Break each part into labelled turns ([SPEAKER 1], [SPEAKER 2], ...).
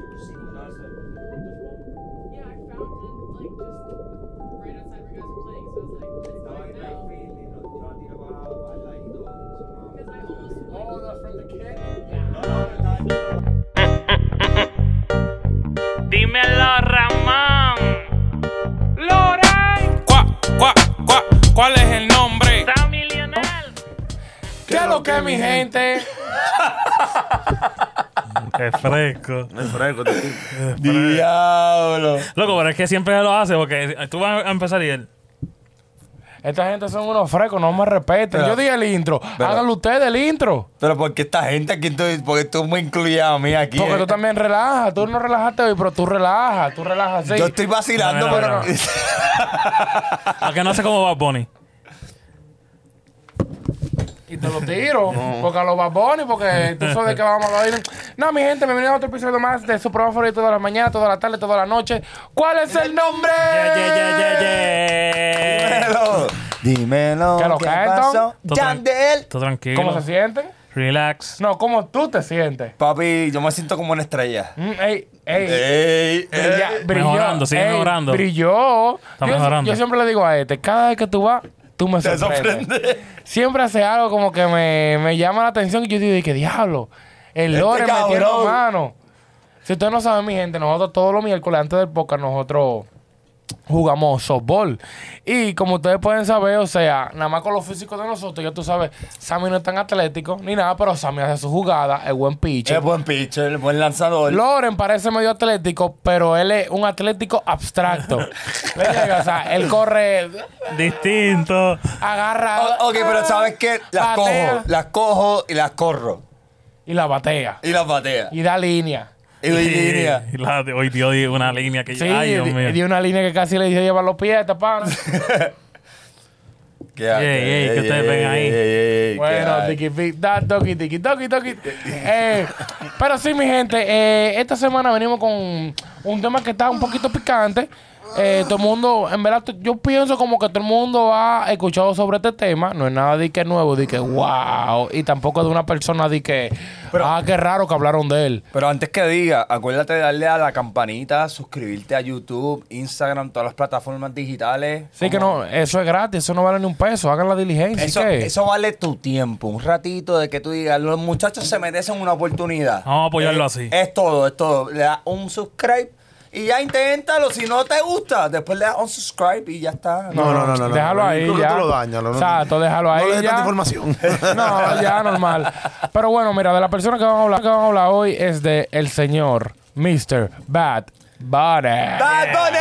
[SPEAKER 1] last night. Was it? You wrote this one?
[SPEAKER 2] Yeah, I found it like just right outside where you guys were playing, so I was like,
[SPEAKER 3] It's
[SPEAKER 2] let's
[SPEAKER 3] not
[SPEAKER 2] do
[SPEAKER 3] in
[SPEAKER 2] it
[SPEAKER 3] my field, you know, jotting about, I like those, um,
[SPEAKER 2] now. Because I almost feel like
[SPEAKER 4] Oh, that's from the kid?
[SPEAKER 1] No, no, no, no.
[SPEAKER 5] Dímelo, Ramón. Loray.
[SPEAKER 6] Cuá, cuá, cuá, ¿cuál es el nombre?
[SPEAKER 5] Sammy Lionel.
[SPEAKER 4] ¿Qué es lo que mi gente?
[SPEAKER 7] Qué fresco.
[SPEAKER 8] Es fresco, este tipo.
[SPEAKER 7] Diablo. Loco, pero es que siempre lo hace porque tú vas a empezar y él.
[SPEAKER 4] Esta gente son unos frescos, no me respeten.
[SPEAKER 8] Pero-
[SPEAKER 4] Yo dije el intro.
[SPEAKER 8] pero-
[SPEAKER 4] Háganlo ustedes el intro.
[SPEAKER 8] Pero porque esta gente aquí, tú, porque tú me incluyes a mí aquí.
[SPEAKER 4] Porque
[SPEAKER 8] eh.
[SPEAKER 4] tú también relajas. Tú no relajaste hoy, pero tú relajas. Tú relajas sí.
[SPEAKER 8] Yo estoy vacilando,
[SPEAKER 7] Ah, No, no, no,
[SPEAKER 8] pero.
[SPEAKER 7] A que no sé cómo va Bonnie.
[SPEAKER 4] Y te lo tiro. Porque a los babones, porque tú sabes que vamos a ir. No, mi gente, bienvenidos a otro episodio más de su programa favorito toda la mañana, toda la tarde, toda la noche. ¿Cuál es el nombre?
[SPEAKER 7] Yeah, yeah, yeah, yeah, yeah.
[SPEAKER 8] Dímelo. Dímelo.
[SPEAKER 4] ¿Que lo
[SPEAKER 8] ¿Qué
[SPEAKER 4] cantan?
[SPEAKER 8] pasó?
[SPEAKER 7] Tú tran-
[SPEAKER 8] Yandel.
[SPEAKER 7] Tú tranquilo.
[SPEAKER 4] ¿Cómo se sienten?
[SPEAKER 7] Relax.
[SPEAKER 4] No, ¿cómo tú te sientes?
[SPEAKER 8] Papi, yo me siento como una estrella.
[SPEAKER 4] Mm, Pues ey, ey.
[SPEAKER 8] Eh, Ey, ey.
[SPEAKER 4] Brilla- brilló,
[SPEAKER 7] Mejorando, sigue
[SPEAKER 4] ey,
[SPEAKER 7] mejorando.
[SPEAKER 4] Brilló.
[SPEAKER 7] Está
[SPEAKER 4] yo,
[SPEAKER 7] mejorando.
[SPEAKER 4] yo siempre le digo a este, cada vez que tú vas, tú me
[SPEAKER 8] Te
[SPEAKER 4] sorprendes.
[SPEAKER 8] sorprende.
[SPEAKER 4] Siempre hace algo como que me, me llama la atención y yo digo, "¿Y ¿qué diablo? El
[SPEAKER 8] Este
[SPEAKER 4] Lore metiendo
[SPEAKER 8] cabrón.
[SPEAKER 4] mano. Si ustedes no saben, mi gente, nosotros todos los miércoles antes del podcast nosotros jugamos softball. Y como ustedes pueden saber, o sea, nada más con los físicos de nosotros, ya tú sabes, Sammy no es tan atlético ni nada, pero Sammy hace su jugada, es buen pitcher.
[SPEAKER 8] Es buen pitcher, buen lanzador.
[SPEAKER 4] Loren parece medio atlético, pero él es un atlético abstracto. ¿Me entiendes? o sea, él corre,
[SPEAKER 7] Distinto.
[SPEAKER 4] agarra.
[SPEAKER 8] O- ok, pero ¿sabes qué? Las
[SPEAKER 4] Batea.
[SPEAKER 8] cojo, las cojo y las corro.
[SPEAKER 4] Y la batea.
[SPEAKER 8] Y las batea.
[SPEAKER 4] Y da línea.
[SPEAKER 8] Y doy línea.
[SPEAKER 7] Y la- Hoy dio una línea que
[SPEAKER 4] Sí,
[SPEAKER 7] Ay, Dios
[SPEAKER 4] di,
[SPEAKER 7] mío.
[SPEAKER 4] di una línea que casi le hizo llevar los pies a esta pana.
[SPEAKER 8] ¿Qué hay?
[SPEAKER 7] Ey, ey, que ustedes ven ahí.
[SPEAKER 8] ey, ey, ¿qué
[SPEAKER 4] bueno,
[SPEAKER 8] hay?
[SPEAKER 4] tiki pi- da toqui, tiki, toqui, toqui. Eh, pero sí, mi gente, eh, esta semana venimos con un tema que está un poquito picante. Eh, todo el mundo, en verdad, t- yo pienso como que todo el mundo ha escuchado sobre este tema. No es nada de que nuevo, de que wow. Y tampoco de una persona de que, ah, qué raro que hablaron de él.
[SPEAKER 8] Pero antes que diga, acuérdate de darle a la campanita, suscribirte a YouTube, Instagram, todas las plataformas digitales.
[SPEAKER 4] Así que no, eso es gratis, eso no vale ni un peso. Hagan la diligencia.
[SPEAKER 8] Eso,
[SPEAKER 4] ¿qué?
[SPEAKER 8] eso vale tu tiempo, un ratito de que tú digas, los muchachos se merecen una oportunidad.
[SPEAKER 7] Vamos a apoyarlo
[SPEAKER 8] Eh,
[SPEAKER 7] así.
[SPEAKER 8] Es todo, es todo. Le das un subscribe y ya inténtalo. Si no te gusta, después le das un subscribe y ya está.
[SPEAKER 9] No, no, no, no. no.
[SPEAKER 4] Déjalo ahí.
[SPEAKER 9] Creo que
[SPEAKER 4] ya.
[SPEAKER 9] tú lo dañas. lo- no-
[SPEAKER 4] Exacto, déjalo ahí.
[SPEAKER 9] No le des
[SPEAKER 4] ya.
[SPEAKER 9] tanta información.
[SPEAKER 4] No, ya normal. Pero bueno, mira, de la persona que vamos a hablar, que vamos a hablar hoy es de el señor Mr. Bad Bunny.
[SPEAKER 8] ¡Bad Bunny!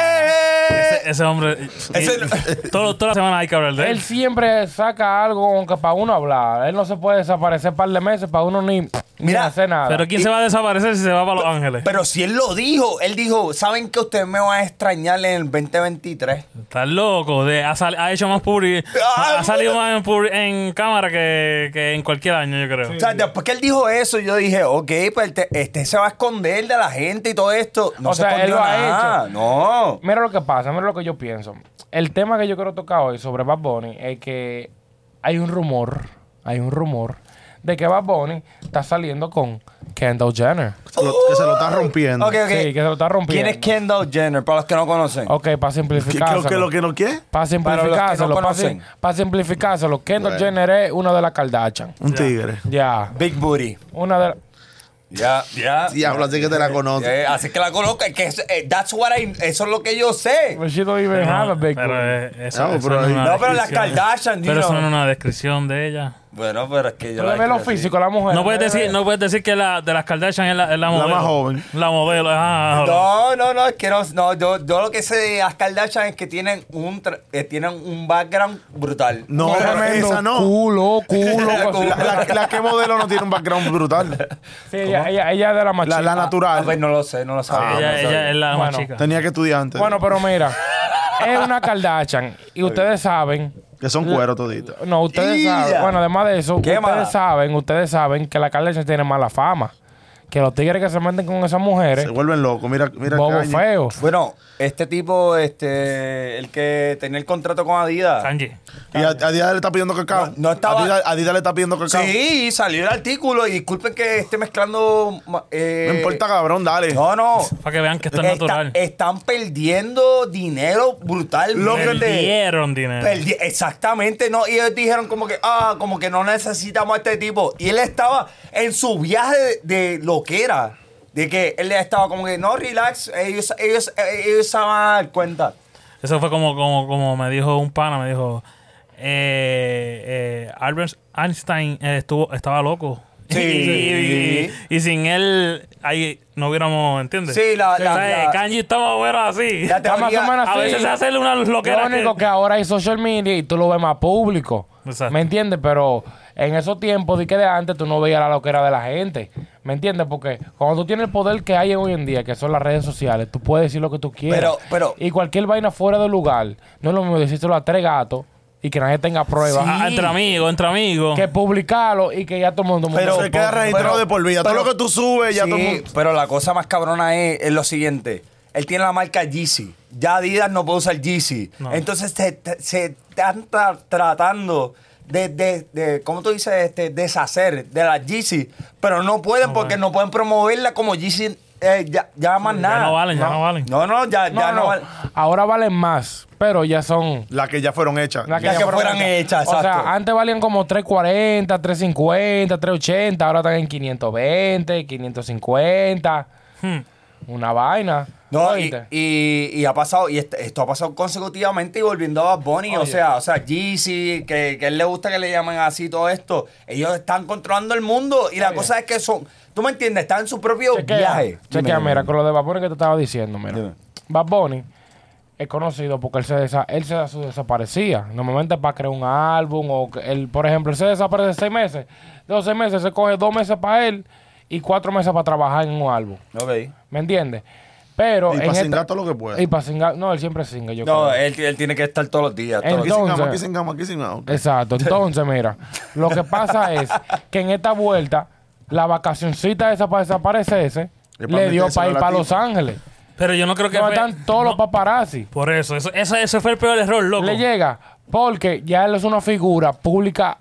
[SPEAKER 7] Ese hombre. eh,
[SPEAKER 8] Ese-
[SPEAKER 7] todo- toda la semana hay que hablar de
[SPEAKER 4] Él
[SPEAKER 7] él.
[SPEAKER 4] siempre saca algo aunque para uno hablar. Él no se puede desaparecer un par de meses para uno ni, ni
[SPEAKER 8] Mira,
[SPEAKER 4] hacer nada.
[SPEAKER 7] Pero ¿quién se va a desaparecer si se va para Los Ángeles?
[SPEAKER 8] Pero si él lo dijo, él dijo, ¿saben que usted me va a extrañar en el 2023?
[SPEAKER 7] Estás loco. de- ha, sal- ha hecho más publi-
[SPEAKER 8] Ah,
[SPEAKER 7] ha salido más en, publi- en cámara que, que en cualquier año, yo creo.
[SPEAKER 8] O sea, después que él dijo eso, yo dije, ok, pues este, este se va a esconder de la gente y todo esto. No
[SPEAKER 4] O
[SPEAKER 8] se
[SPEAKER 4] sea,
[SPEAKER 8] escondió
[SPEAKER 4] él lo ha
[SPEAKER 8] nada.
[SPEAKER 4] hecho.
[SPEAKER 8] No.
[SPEAKER 4] Mira lo que pasa, mira lo que yo pienso. El tema que yo quiero tocar hoy sobre Bad Bunny es que hay un rumor, hay un rumor de que Bad Bunny está saliendo con Kendall Jenner.
[SPEAKER 9] Lo- que se lo está rompiendo.
[SPEAKER 8] Ok, ok.
[SPEAKER 4] Sí, que se lo está rompiendo.
[SPEAKER 8] ¿Quién es Kendall Jenner? Para los que no conocen.
[SPEAKER 4] Ok, para
[SPEAKER 9] ¿Qué, qué, lo
[SPEAKER 4] simplificárselo.
[SPEAKER 9] que lo que no qué?
[SPEAKER 4] Para
[SPEAKER 8] Para los que no
[SPEAKER 4] simplificárselo, para,
[SPEAKER 8] conocen.
[SPEAKER 4] para simplificárselo, Kendall
[SPEAKER 9] Bueno.
[SPEAKER 4] Jenner es una de las Kardashian.
[SPEAKER 9] Un tigre.
[SPEAKER 4] Ya,
[SPEAKER 8] Big Booty.
[SPEAKER 4] una de
[SPEAKER 8] Ya, ya.
[SPEAKER 9] Diablo, así que te la conoces.
[SPEAKER 8] Eh, así que la conozco. Es que es- eh, that's what I- eso es lo que yo sé.
[SPEAKER 4] las... She don't even have a big
[SPEAKER 7] pero
[SPEAKER 4] booty.
[SPEAKER 7] eh, eso,
[SPEAKER 9] No,
[SPEAKER 7] eso
[SPEAKER 9] pero
[SPEAKER 7] no, es
[SPEAKER 9] ahí-
[SPEAKER 7] una
[SPEAKER 8] No, pero las
[SPEAKER 7] descripción.
[SPEAKER 8] Kardashian,
[SPEAKER 7] Pero
[SPEAKER 8] you
[SPEAKER 7] eso no es
[SPEAKER 8] know.
[SPEAKER 7] una descripción de ella.
[SPEAKER 8] Bueno, pero es que yo
[SPEAKER 4] Pero
[SPEAKER 8] la
[SPEAKER 4] ve lo
[SPEAKER 8] quiero
[SPEAKER 4] físico, la mujer.
[SPEAKER 7] No puedes,
[SPEAKER 4] ve-
[SPEAKER 7] decir, no puedes decir que la de las Kardashian es la, es la
[SPEAKER 9] La
[SPEAKER 7] modelo.
[SPEAKER 9] más joven.
[SPEAKER 7] La modelo. ah, ajá,
[SPEAKER 8] así.
[SPEAKER 7] ajá.
[SPEAKER 8] No, no, no, es que no, no, yo, yo lo que sé de las Kardashian es que tienen un, tra- eh, tienen un background brutal.
[SPEAKER 9] No, pero
[SPEAKER 4] Tremendo
[SPEAKER 9] esa no.
[SPEAKER 4] Culo, culo.
[SPEAKER 9] La, la- la que modelo no tiene un background brutal.
[SPEAKER 4] sí, ella, ella, ella es de la machista.
[SPEAKER 9] La, la
[SPEAKER 4] Ah,
[SPEAKER 8] A ver,
[SPEAKER 4] pues
[SPEAKER 9] natural.
[SPEAKER 8] no lo sé, no lo sabía.
[SPEAKER 7] ella,
[SPEAKER 8] no
[SPEAKER 7] ella
[SPEAKER 8] sabía.
[SPEAKER 7] es la más
[SPEAKER 4] Bueno.
[SPEAKER 7] chica.
[SPEAKER 9] Tenía que estudiar antes.
[SPEAKER 4] Ah, Bueno, pero mira, es una Kardashian. Y ustedes saben...
[SPEAKER 9] que son cuero toditos.
[SPEAKER 4] No, ustedes
[SPEAKER 8] Illa.
[SPEAKER 4] saben... Bueno, además de eso, ustedes
[SPEAKER 8] Quémala.
[SPEAKER 4] saben, ustedes saben que la Kardashian tiene mala fama. que los tigres que se meten con esas mujeres,
[SPEAKER 9] Se vuelven locos. Mira, mira.
[SPEAKER 4] eh. bobo
[SPEAKER 9] Kanye.
[SPEAKER 4] feo.
[SPEAKER 8] Bueno, este tipo, este, el que tenía el contrato con Adidas.
[SPEAKER 7] Sanji.
[SPEAKER 9] Y a- Adidas le está pidiendo cacao.
[SPEAKER 8] No, no estaba-
[SPEAKER 9] Adidas, Adidas le está pidiendo cacao.
[SPEAKER 8] Sí, salió el artículo y disculpen que esté mezclando. ma- eh,
[SPEAKER 9] No importa, cabrón, dale.
[SPEAKER 8] No, no.
[SPEAKER 7] Para que vean que esto es
[SPEAKER 8] Está-
[SPEAKER 7] natural.
[SPEAKER 8] Están perdiendo dinero brutalmente.
[SPEAKER 9] Lo
[SPEAKER 7] Perdieron dinero.
[SPEAKER 8] Perdi- exactamente, no. Y ellos dijeron como que, ah, como que no necesitamos a este tipo. Y él estaba en su viaje de, de lo que era. De que él estaba como que, no, relax, ellos, ellos, ellos se van a dar cuenta.
[SPEAKER 7] Eso fue como, como, como me dijo un pana, me dijo, eh, eh, Albert Einstein eh, estuvo, estaba loco.
[SPEAKER 8] Sí.
[SPEAKER 7] y, y- y sin él, ahí no hubiéramos, ¿entiendes?
[SPEAKER 8] Sí, la-
[SPEAKER 7] O sea,
[SPEAKER 8] la- la-
[SPEAKER 7] Kanji está más bueno así.
[SPEAKER 8] La
[SPEAKER 4] Está más o
[SPEAKER 8] teoría-
[SPEAKER 4] menos
[SPEAKER 7] A
[SPEAKER 4] así.
[SPEAKER 7] veces se hace una
[SPEAKER 4] Lo
[SPEAKER 7] loquera.
[SPEAKER 4] único que ahora hay social media y tú lo ves más público.
[SPEAKER 7] Exacto.
[SPEAKER 4] ¿Me entiendes? Pero en esos tiempos de que de antes tú no veías la loquera de la gente. ¿Me entiendes? Porque cuando tú tienes el poder que hay hoy en día, que son las redes sociales, tú puedes decir lo que tú quieras.
[SPEAKER 8] Pero- pero-
[SPEAKER 4] y cualquier vaina fuera del lugar, no es lo mismo decírselo a tres gatos y que nadie tenga pruebas.
[SPEAKER 7] Ah, entre amigos, entre amigos.
[SPEAKER 4] Que publicarlo y que ya todo el mundo...
[SPEAKER 8] Pero-
[SPEAKER 9] se queda registrado
[SPEAKER 8] pero-
[SPEAKER 9] de por vida.
[SPEAKER 8] pero-
[SPEAKER 9] Todo lo que tú subes, ya
[SPEAKER 8] Sí,
[SPEAKER 9] todo el mundo-
[SPEAKER 8] pero la cosa más cabrona es, es lo siguiente. Él tiene la marca Yeezy. Ya Adidas no puede usar Yeezy.
[SPEAKER 7] No.
[SPEAKER 8] Entonces se, se están tra- tratando de, de, de- ¿cómo tú dices? Este, deshacer de las Yeezy. Pero no pueden porque no pueden promoverla como Yeezy eh, ya, ya más
[SPEAKER 7] ya
[SPEAKER 8] nada.
[SPEAKER 7] no valen, ya no valen.
[SPEAKER 8] No, no, ya
[SPEAKER 4] No,
[SPEAKER 8] ya no,
[SPEAKER 4] no.
[SPEAKER 8] valen.
[SPEAKER 4] Ahora valen más, pero ya son...
[SPEAKER 9] Las que ya fueron hechas.
[SPEAKER 4] Las
[SPEAKER 8] Las
[SPEAKER 4] ya
[SPEAKER 8] que fueran hechas,
[SPEAKER 4] O
[SPEAKER 8] exacto.
[SPEAKER 4] sea, antes valían como 340, 350, 380, ahora están en 520, 550.
[SPEAKER 7] Hmm.
[SPEAKER 4] Una vaina.
[SPEAKER 8] No, y,
[SPEAKER 4] ¿Oíste?
[SPEAKER 8] y- y ha pasado, y est- esto ha pasado consecutivamente y volviendo a Bad Bunny, o sea, o sea, Jeezy, que, que él le gusta que le llamen así todo esto. Ellos están controlando el mundo y la cosa es que son, tú me entiendes, están en su propio
[SPEAKER 4] Chequea,
[SPEAKER 8] viaje.
[SPEAKER 4] chequea, mira, con lo de Bad Bunny que te estaba diciendo, mira. Bad Bunny es conocido porque él se, desa- él se su- desaparecía. Normalmente para crear un álbum o que él, por ejemplo, él se desaparece seis meses. De los seis meses se coge dos meses para él y cuatro meses para trabajar en un álbum.
[SPEAKER 8] Ok.
[SPEAKER 4] ¿Me entiendes? Pero en
[SPEAKER 9] Y para
[SPEAKER 4] esta-
[SPEAKER 9] cingar todo lo que pueda.
[SPEAKER 4] Y para cingar- no, él siempre singa, yo creo.
[SPEAKER 8] No,
[SPEAKER 9] eh.
[SPEAKER 8] él, él tiene que estar todos los días. todos los
[SPEAKER 9] Aquí
[SPEAKER 8] días.
[SPEAKER 9] sin
[SPEAKER 4] entonces-
[SPEAKER 9] gama, aquí sin gama, aquí sin gama.
[SPEAKER 4] Exacto. Entonces, mira, lo que pasa es que en esta vuelta, la vacacioncita esa para desaparecerse
[SPEAKER 9] Y pa'
[SPEAKER 4] le dio
[SPEAKER 9] metérselo
[SPEAKER 4] para
[SPEAKER 9] a
[SPEAKER 4] ir
[SPEAKER 9] la
[SPEAKER 4] para
[SPEAKER 9] tipa.
[SPEAKER 4] Los Ángeles.
[SPEAKER 7] Pero yo no creo que...
[SPEAKER 4] Donde
[SPEAKER 7] fue-
[SPEAKER 4] están todos los paparazzi.
[SPEAKER 7] Por eso, eso, ese, ese fue el peor error, loco.
[SPEAKER 4] Le llega porque ya él es una figura pública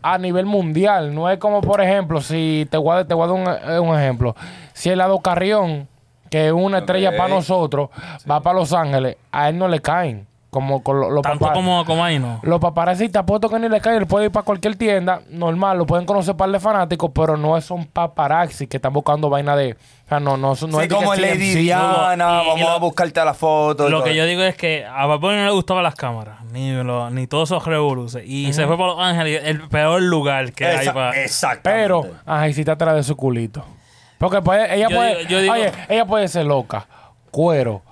[SPEAKER 4] a nivel mundial. No es como, por ejemplo, si te voy a, te voy a dar un, eh, un ejemplo. Si el lado Carrión, que es una estrella
[SPEAKER 8] Ok.
[SPEAKER 4] para nosotros, va para Los Ángeles, a él no le caen. Como con lo- los
[SPEAKER 7] Tanto
[SPEAKER 4] papás.
[SPEAKER 7] como, como ahí, ¿no?
[SPEAKER 4] Los paparazzi te apuesto que ni le caen. Él puede ir para cualquier tienda, normal, lo pueden conocer par de fanáticos, pero no son paparazzi que están buscando vaina de. O sea, no, no, no
[SPEAKER 8] Sí,
[SPEAKER 4] es de
[SPEAKER 8] como
[SPEAKER 4] que
[SPEAKER 8] Lady
[SPEAKER 4] TMZ.
[SPEAKER 8] Diana,
[SPEAKER 7] y
[SPEAKER 8] vamos
[SPEAKER 7] lo-
[SPEAKER 8] a buscarte a la foto. y
[SPEAKER 7] Lo
[SPEAKER 8] todo.
[SPEAKER 7] que yo digo es que a Bad Bunny no le gustaban las cámaras, ni, lo- ni todos esos revoluces. Y se fue para Los Ángeles, el peor lugar que hay
[SPEAKER 8] Esa-
[SPEAKER 7] para...
[SPEAKER 8] Exactamente.
[SPEAKER 4] Pero, ajá, y si te atrás de su culito. Porque puede- ella
[SPEAKER 7] Yo
[SPEAKER 4] puede.
[SPEAKER 7] digo- yo digo-
[SPEAKER 4] oye, ella puede ser loca, cuero,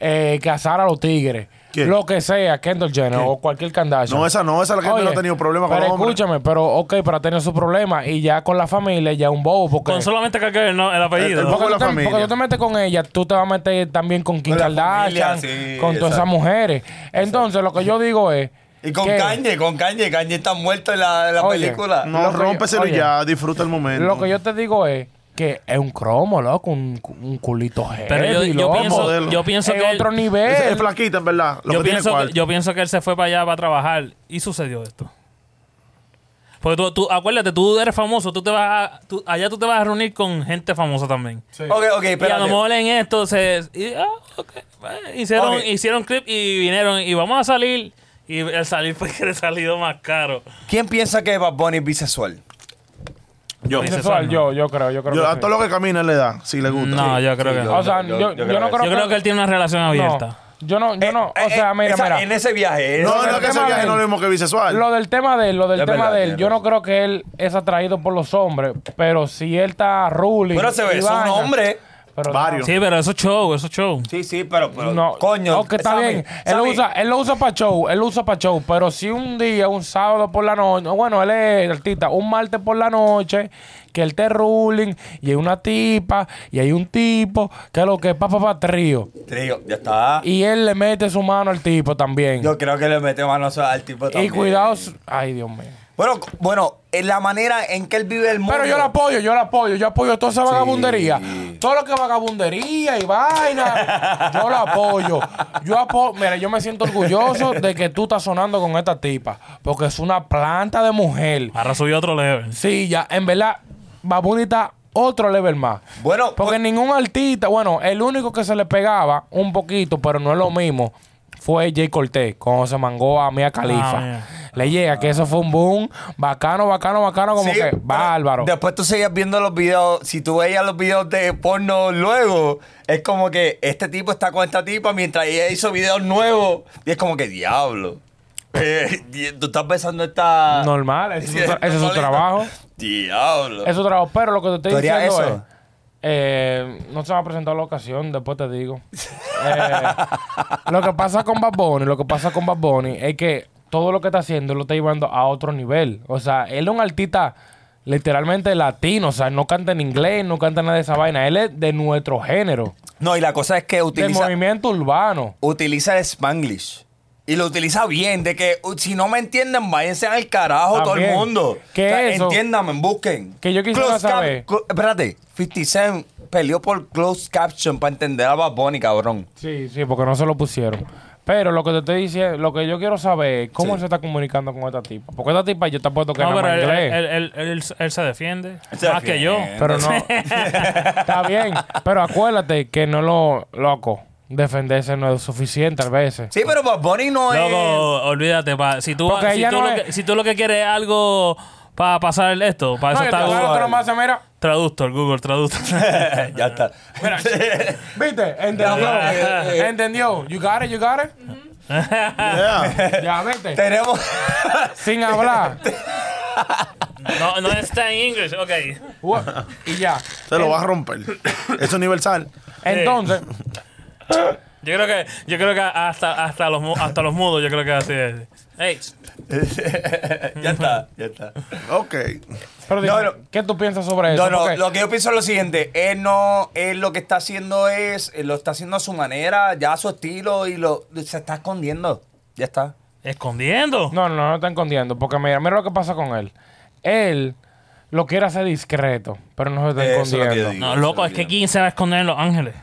[SPEAKER 4] eh, cazar a los tigres,
[SPEAKER 9] ¿Quién?
[SPEAKER 4] lo que sea, Kendall Jenner o cualquier Kardashian.
[SPEAKER 9] No, esa no, esa es la que
[SPEAKER 4] Oye,
[SPEAKER 9] no ha tenido problema con
[SPEAKER 4] pero
[SPEAKER 9] los hombres.
[SPEAKER 4] escúchame, pero ok, para tener su problema y ya con la familia, ya un bobo. Porque
[SPEAKER 7] Con solamente que que no, el apellido.
[SPEAKER 9] El- el
[SPEAKER 4] porque
[SPEAKER 9] Con
[SPEAKER 4] tú,
[SPEAKER 9] la
[SPEAKER 4] te,
[SPEAKER 9] familia.
[SPEAKER 4] porque tú te metes con ella, tú te vas a meter también con Kim
[SPEAKER 8] Con la familia,
[SPEAKER 4] Kardashian,
[SPEAKER 8] sí,
[SPEAKER 4] con todas
[SPEAKER 8] exacto.
[SPEAKER 4] esas mujeres. Entonces, lo que yo digo es.
[SPEAKER 8] Y con
[SPEAKER 4] que-
[SPEAKER 8] Kanye, con Kanye, Kanye está muerto en la, en la
[SPEAKER 4] Oye,
[SPEAKER 8] película.
[SPEAKER 4] Lo
[SPEAKER 9] No,
[SPEAKER 4] que yo-
[SPEAKER 9] rómpeselo y
[SPEAKER 4] oye,
[SPEAKER 9] ya, disfruta el momento.
[SPEAKER 4] Lo que yo te digo es que es un cromo, loco, un, un culito heavy,
[SPEAKER 7] Pero yo, yo
[SPEAKER 4] loco.
[SPEAKER 7] pienso,
[SPEAKER 9] modelo.
[SPEAKER 7] yo pienso
[SPEAKER 4] es
[SPEAKER 7] que... él-
[SPEAKER 4] otro nivel.
[SPEAKER 9] es, es flaquita, en verdad. Lo
[SPEAKER 7] yo,
[SPEAKER 9] que tiene
[SPEAKER 7] pienso que,
[SPEAKER 9] cuarto.
[SPEAKER 7] yo pienso que él se fue para allá para trabajar y sucedió esto. Porque tú, tú- acuérdate, tú eres famoso, tú te vas a- tú- allá tú te vas a reunir con gente famosa también.
[SPEAKER 8] Ok, ok,
[SPEAKER 7] Y a lo
[SPEAKER 8] espérate.
[SPEAKER 7] mejor en esto se... y, ah, ok, eh, hicieron,
[SPEAKER 8] Ok.
[SPEAKER 7] hicieron clip y vinieron y vamos a salir. Y el salir fue que le salido más caro.
[SPEAKER 8] ¿Quién piensa que Bad Bunny es bisexual?
[SPEAKER 9] Yo.
[SPEAKER 7] Ese
[SPEAKER 4] Sexual,
[SPEAKER 7] sol,
[SPEAKER 4] yo, yo creo, yo creo
[SPEAKER 9] Yo-
[SPEAKER 4] que
[SPEAKER 9] a
[SPEAKER 4] sí.
[SPEAKER 9] todo lo que camina le da, si le gusta.
[SPEAKER 7] No, yo creo que no.
[SPEAKER 4] O sea,
[SPEAKER 8] Yo- yo-
[SPEAKER 4] yo,
[SPEAKER 8] yo
[SPEAKER 4] yo
[SPEAKER 8] creo
[SPEAKER 4] no
[SPEAKER 8] que-
[SPEAKER 4] creo
[SPEAKER 7] Yo creo que él tiene una relación
[SPEAKER 4] no.
[SPEAKER 7] abierta.
[SPEAKER 4] Yo no, yo no,
[SPEAKER 8] Eh,
[SPEAKER 4] o sea,
[SPEAKER 8] eh,
[SPEAKER 4] mira,
[SPEAKER 8] esa-
[SPEAKER 4] mira.
[SPEAKER 8] En ese viaje.
[SPEAKER 9] No,
[SPEAKER 8] eso-
[SPEAKER 9] no,
[SPEAKER 4] del
[SPEAKER 9] que ese
[SPEAKER 4] tema
[SPEAKER 9] viaje
[SPEAKER 4] de
[SPEAKER 9] no es
[SPEAKER 4] él.
[SPEAKER 9] lo mismo que bisexual.
[SPEAKER 4] Lo del tema de él, lo del
[SPEAKER 8] Es
[SPEAKER 4] tema
[SPEAKER 8] verdad,
[SPEAKER 4] de él,
[SPEAKER 8] tiene
[SPEAKER 4] yo no
[SPEAKER 8] razón.
[SPEAKER 4] creo que él es atraído por los hombres, pero si él está ruling.
[SPEAKER 8] Bueno, se ve,
[SPEAKER 4] y
[SPEAKER 8] es un
[SPEAKER 4] vaina,
[SPEAKER 8] hombre.
[SPEAKER 4] pero
[SPEAKER 9] Varios.
[SPEAKER 7] Sí, pero eso es show, eso es show.
[SPEAKER 8] Sí, sí, pero, pero
[SPEAKER 4] No,
[SPEAKER 8] coño.
[SPEAKER 4] no, que está
[SPEAKER 8] Sammy,
[SPEAKER 4] bien. Él lo,
[SPEAKER 8] Sammy,
[SPEAKER 4] usa, él lo usa para show, él lo usa para show, pero si un día, un sábado por la noche, bueno, él es artista, un martes por la noche, que él te ruling, y hay una tipa, y hay un tipo, que lo que es papá pa, trío.
[SPEAKER 8] te digo, ya está.
[SPEAKER 4] Y él le mete su mano al tipo también.
[SPEAKER 8] Yo creo que le mete mano al tipo
[SPEAKER 4] y
[SPEAKER 8] también.
[SPEAKER 4] cuidado, su- ay Dios mío.
[SPEAKER 8] Bueno, c- bueno, en la manera en que él vive el mundo.
[SPEAKER 4] Pero yo la apoyo, yo la apoyo, yo apoyo toda esa vagabundería. Todo lo que es vagabundería y vaina, yo la apoyo. Yo apo Mira, yo me siento orgulloso de que tú estás sonando con esta tipa, porque es una planta de mujer.
[SPEAKER 7] Ahora subió otro level.
[SPEAKER 4] Sí, ya, en verdad, Babuni está otro level más.
[SPEAKER 8] Bueno,
[SPEAKER 4] Porque
[SPEAKER 8] pues-
[SPEAKER 4] ningún artista, bueno, el único que se le pegaba un poquito, pero no es lo mismo, fue Jay Cortés, cuando se mangó a Mia Khalifa.
[SPEAKER 7] Ah, mira.
[SPEAKER 4] le llega que eso fue un boom bacano, bacano, bacano, como
[SPEAKER 8] Sí,
[SPEAKER 4] que
[SPEAKER 8] pero
[SPEAKER 4] bárbaro.
[SPEAKER 8] Después tú seguías viendo los videos. Si tú veías los videos de porno luego, es como que este tipo está con esta tipa mientras ella hizo videos nuevos. Y es como que, diablo. Eh, di- tú estás pensando esta.
[SPEAKER 4] Normal, ese es su, tra- ese es su
[SPEAKER 8] Normalito.
[SPEAKER 4] trabajo.
[SPEAKER 8] Diablo.
[SPEAKER 4] Es su trabajo, pero lo que te estoy
[SPEAKER 8] ¿Tú harías
[SPEAKER 4] diciendo
[SPEAKER 8] eso?
[SPEAKER 4] es. eh, no se me ha presentado la ocasión, después te digo. Eh, lo que pasa con Bad Bunny, lo que pasa con Bad Bunny es que todo lo que está haciendo lo está llevando a otro nivel. O sea, él es un artista literalmente latino, o sea, no canta en inglés, no canta nada de esa vaina. Él es de nuestro género,
[SPEAKER 8] No, y la cosa es que
[SPEAKER 4] del
[SPEAKER 8] utiliza,
[SPEAKER 4] movimiento urbano.
[SPEAKER 8] utiliza el Spanglish. Y lo utiliza bien, de que uh, si no me entienden, váyanse al carajo todo
[SPEAKER 4] También.
[SPEAKER 8] el mundo.
[SPEAKER 4] ¿Qué es eso?
[SPEAKER 8] Entiéndanme, busquen.
[SPEAKER 4] Que yo quisiera
[SPEAKER 8] Closed cap-
[SPEAKER 4] saber.
[SPEAKER 8] cl- espérate, 50 Cent peleó por closed caption para entender a Bad Bunny, cabrón.
[SPEAKER 4] Sí, sí, porque no se lo pusieron. Pero lo que te estoy diciendo, lo que yo quiero saber es cómo él se está comunicando con esta tipa. Porque esta tipa yo te puesto que
[SPEAKER 7] No,
[SPEAKER 4] nada
[SPEAKER 7] pero
[SPEAKER 4] más
[SPEAKER 7] él,
[SPEAKER 4] inglés.
[SPEAKER 7] él- él- él- él se defiende.
[SPEAKER 8] Se
[SPEAKER 7] Más que yo.
[SPEAKER 8] defiende.
[SPEAKER 4] Pero no. Está bien. Pero acuérdate que no lo. Loco. Defenderse no es suficiente a veces.
[SPEAKER 8] Sí, pero Bad Bunny no es...
[SPEAKER 7] Loco, olvídate. pa. Si, tú,
[SPEAKER 4] Porque
[SPEAKER 7] si,
[SPEAKER 4] ella
[SPEAKER 7] tú
[SPEAKER 4] no
[SPEAKER 7] lo
[SPEAKER 4] es-
[SPEAKER 7] que, si tú lo que quieres es algo para pasar esto, para
[SPEAKER 4] No,
[SPEAKER 7] eso
[SPEAKER 4] yo
[SPEAKER 7] está
[SPEAKER 4] te
[SPEAKER 7] Google.
[SPEAKER 4] claro, tú nomás, mira.
[SPEAKER 7] Traductor, Google, traductor.
[SPEAKER 8] ya está.
[SPEAKER 4] ¿Viste?
[SPEAKER 7] Eh,
[SPEAKER 4] Entendió. Entendió. You got it, you got it.
[SPEAKER 9] Yeah.
[SPEAKER 4] Ya, vete.
[SPEAKER 8] Tenemos...
[SPEAKER 4] Sin hablar.
[SPEAKER 7] no, no está en inglés, ok.
[SPEAKER 4] Ua- Y ya.
[SPEAKER 9] Se lo va a romper. Es universal.
[SPEAKER 4] Entonces,
[SPEAKER 7] Yo creo que, yo creo que hasta, hasta, los, mu- hasta los mudos, yo creo que así es. Hey,
[SPEAKER 8] ya está, ya está.
[SPEAKER 9] Ok.
[SPEAKER 4] pero dime,
[SPEAKER 8] no.
[SPEAKER 4] ¿qué tú piensas sobre eso?
[SPEAKER 8] No, no,
[SPEAKER 4] Porque-
[SPEAKER 8] lo que yo pienso es lo siguiente, él no, él lo que está haciendo es, él lo está haciendo a su manera, ya a su estilo, y lo se está escondiendo. Ya está.
[SPEAKER 7] escondiendo.
[SPEAKER 4] No, no, no, no está escondiendo. Porque mira, mira lo que pasa con él. Él lo quiere hacer discreto, pero no se está
[SPEAKER 8] Eso es lo que yo
[SPEAKER 4] escondiendo.
[SPEAKER 8] digo.
[SPEAKER 7] No, loco, es que quién se va a esconder en Los Ángeles.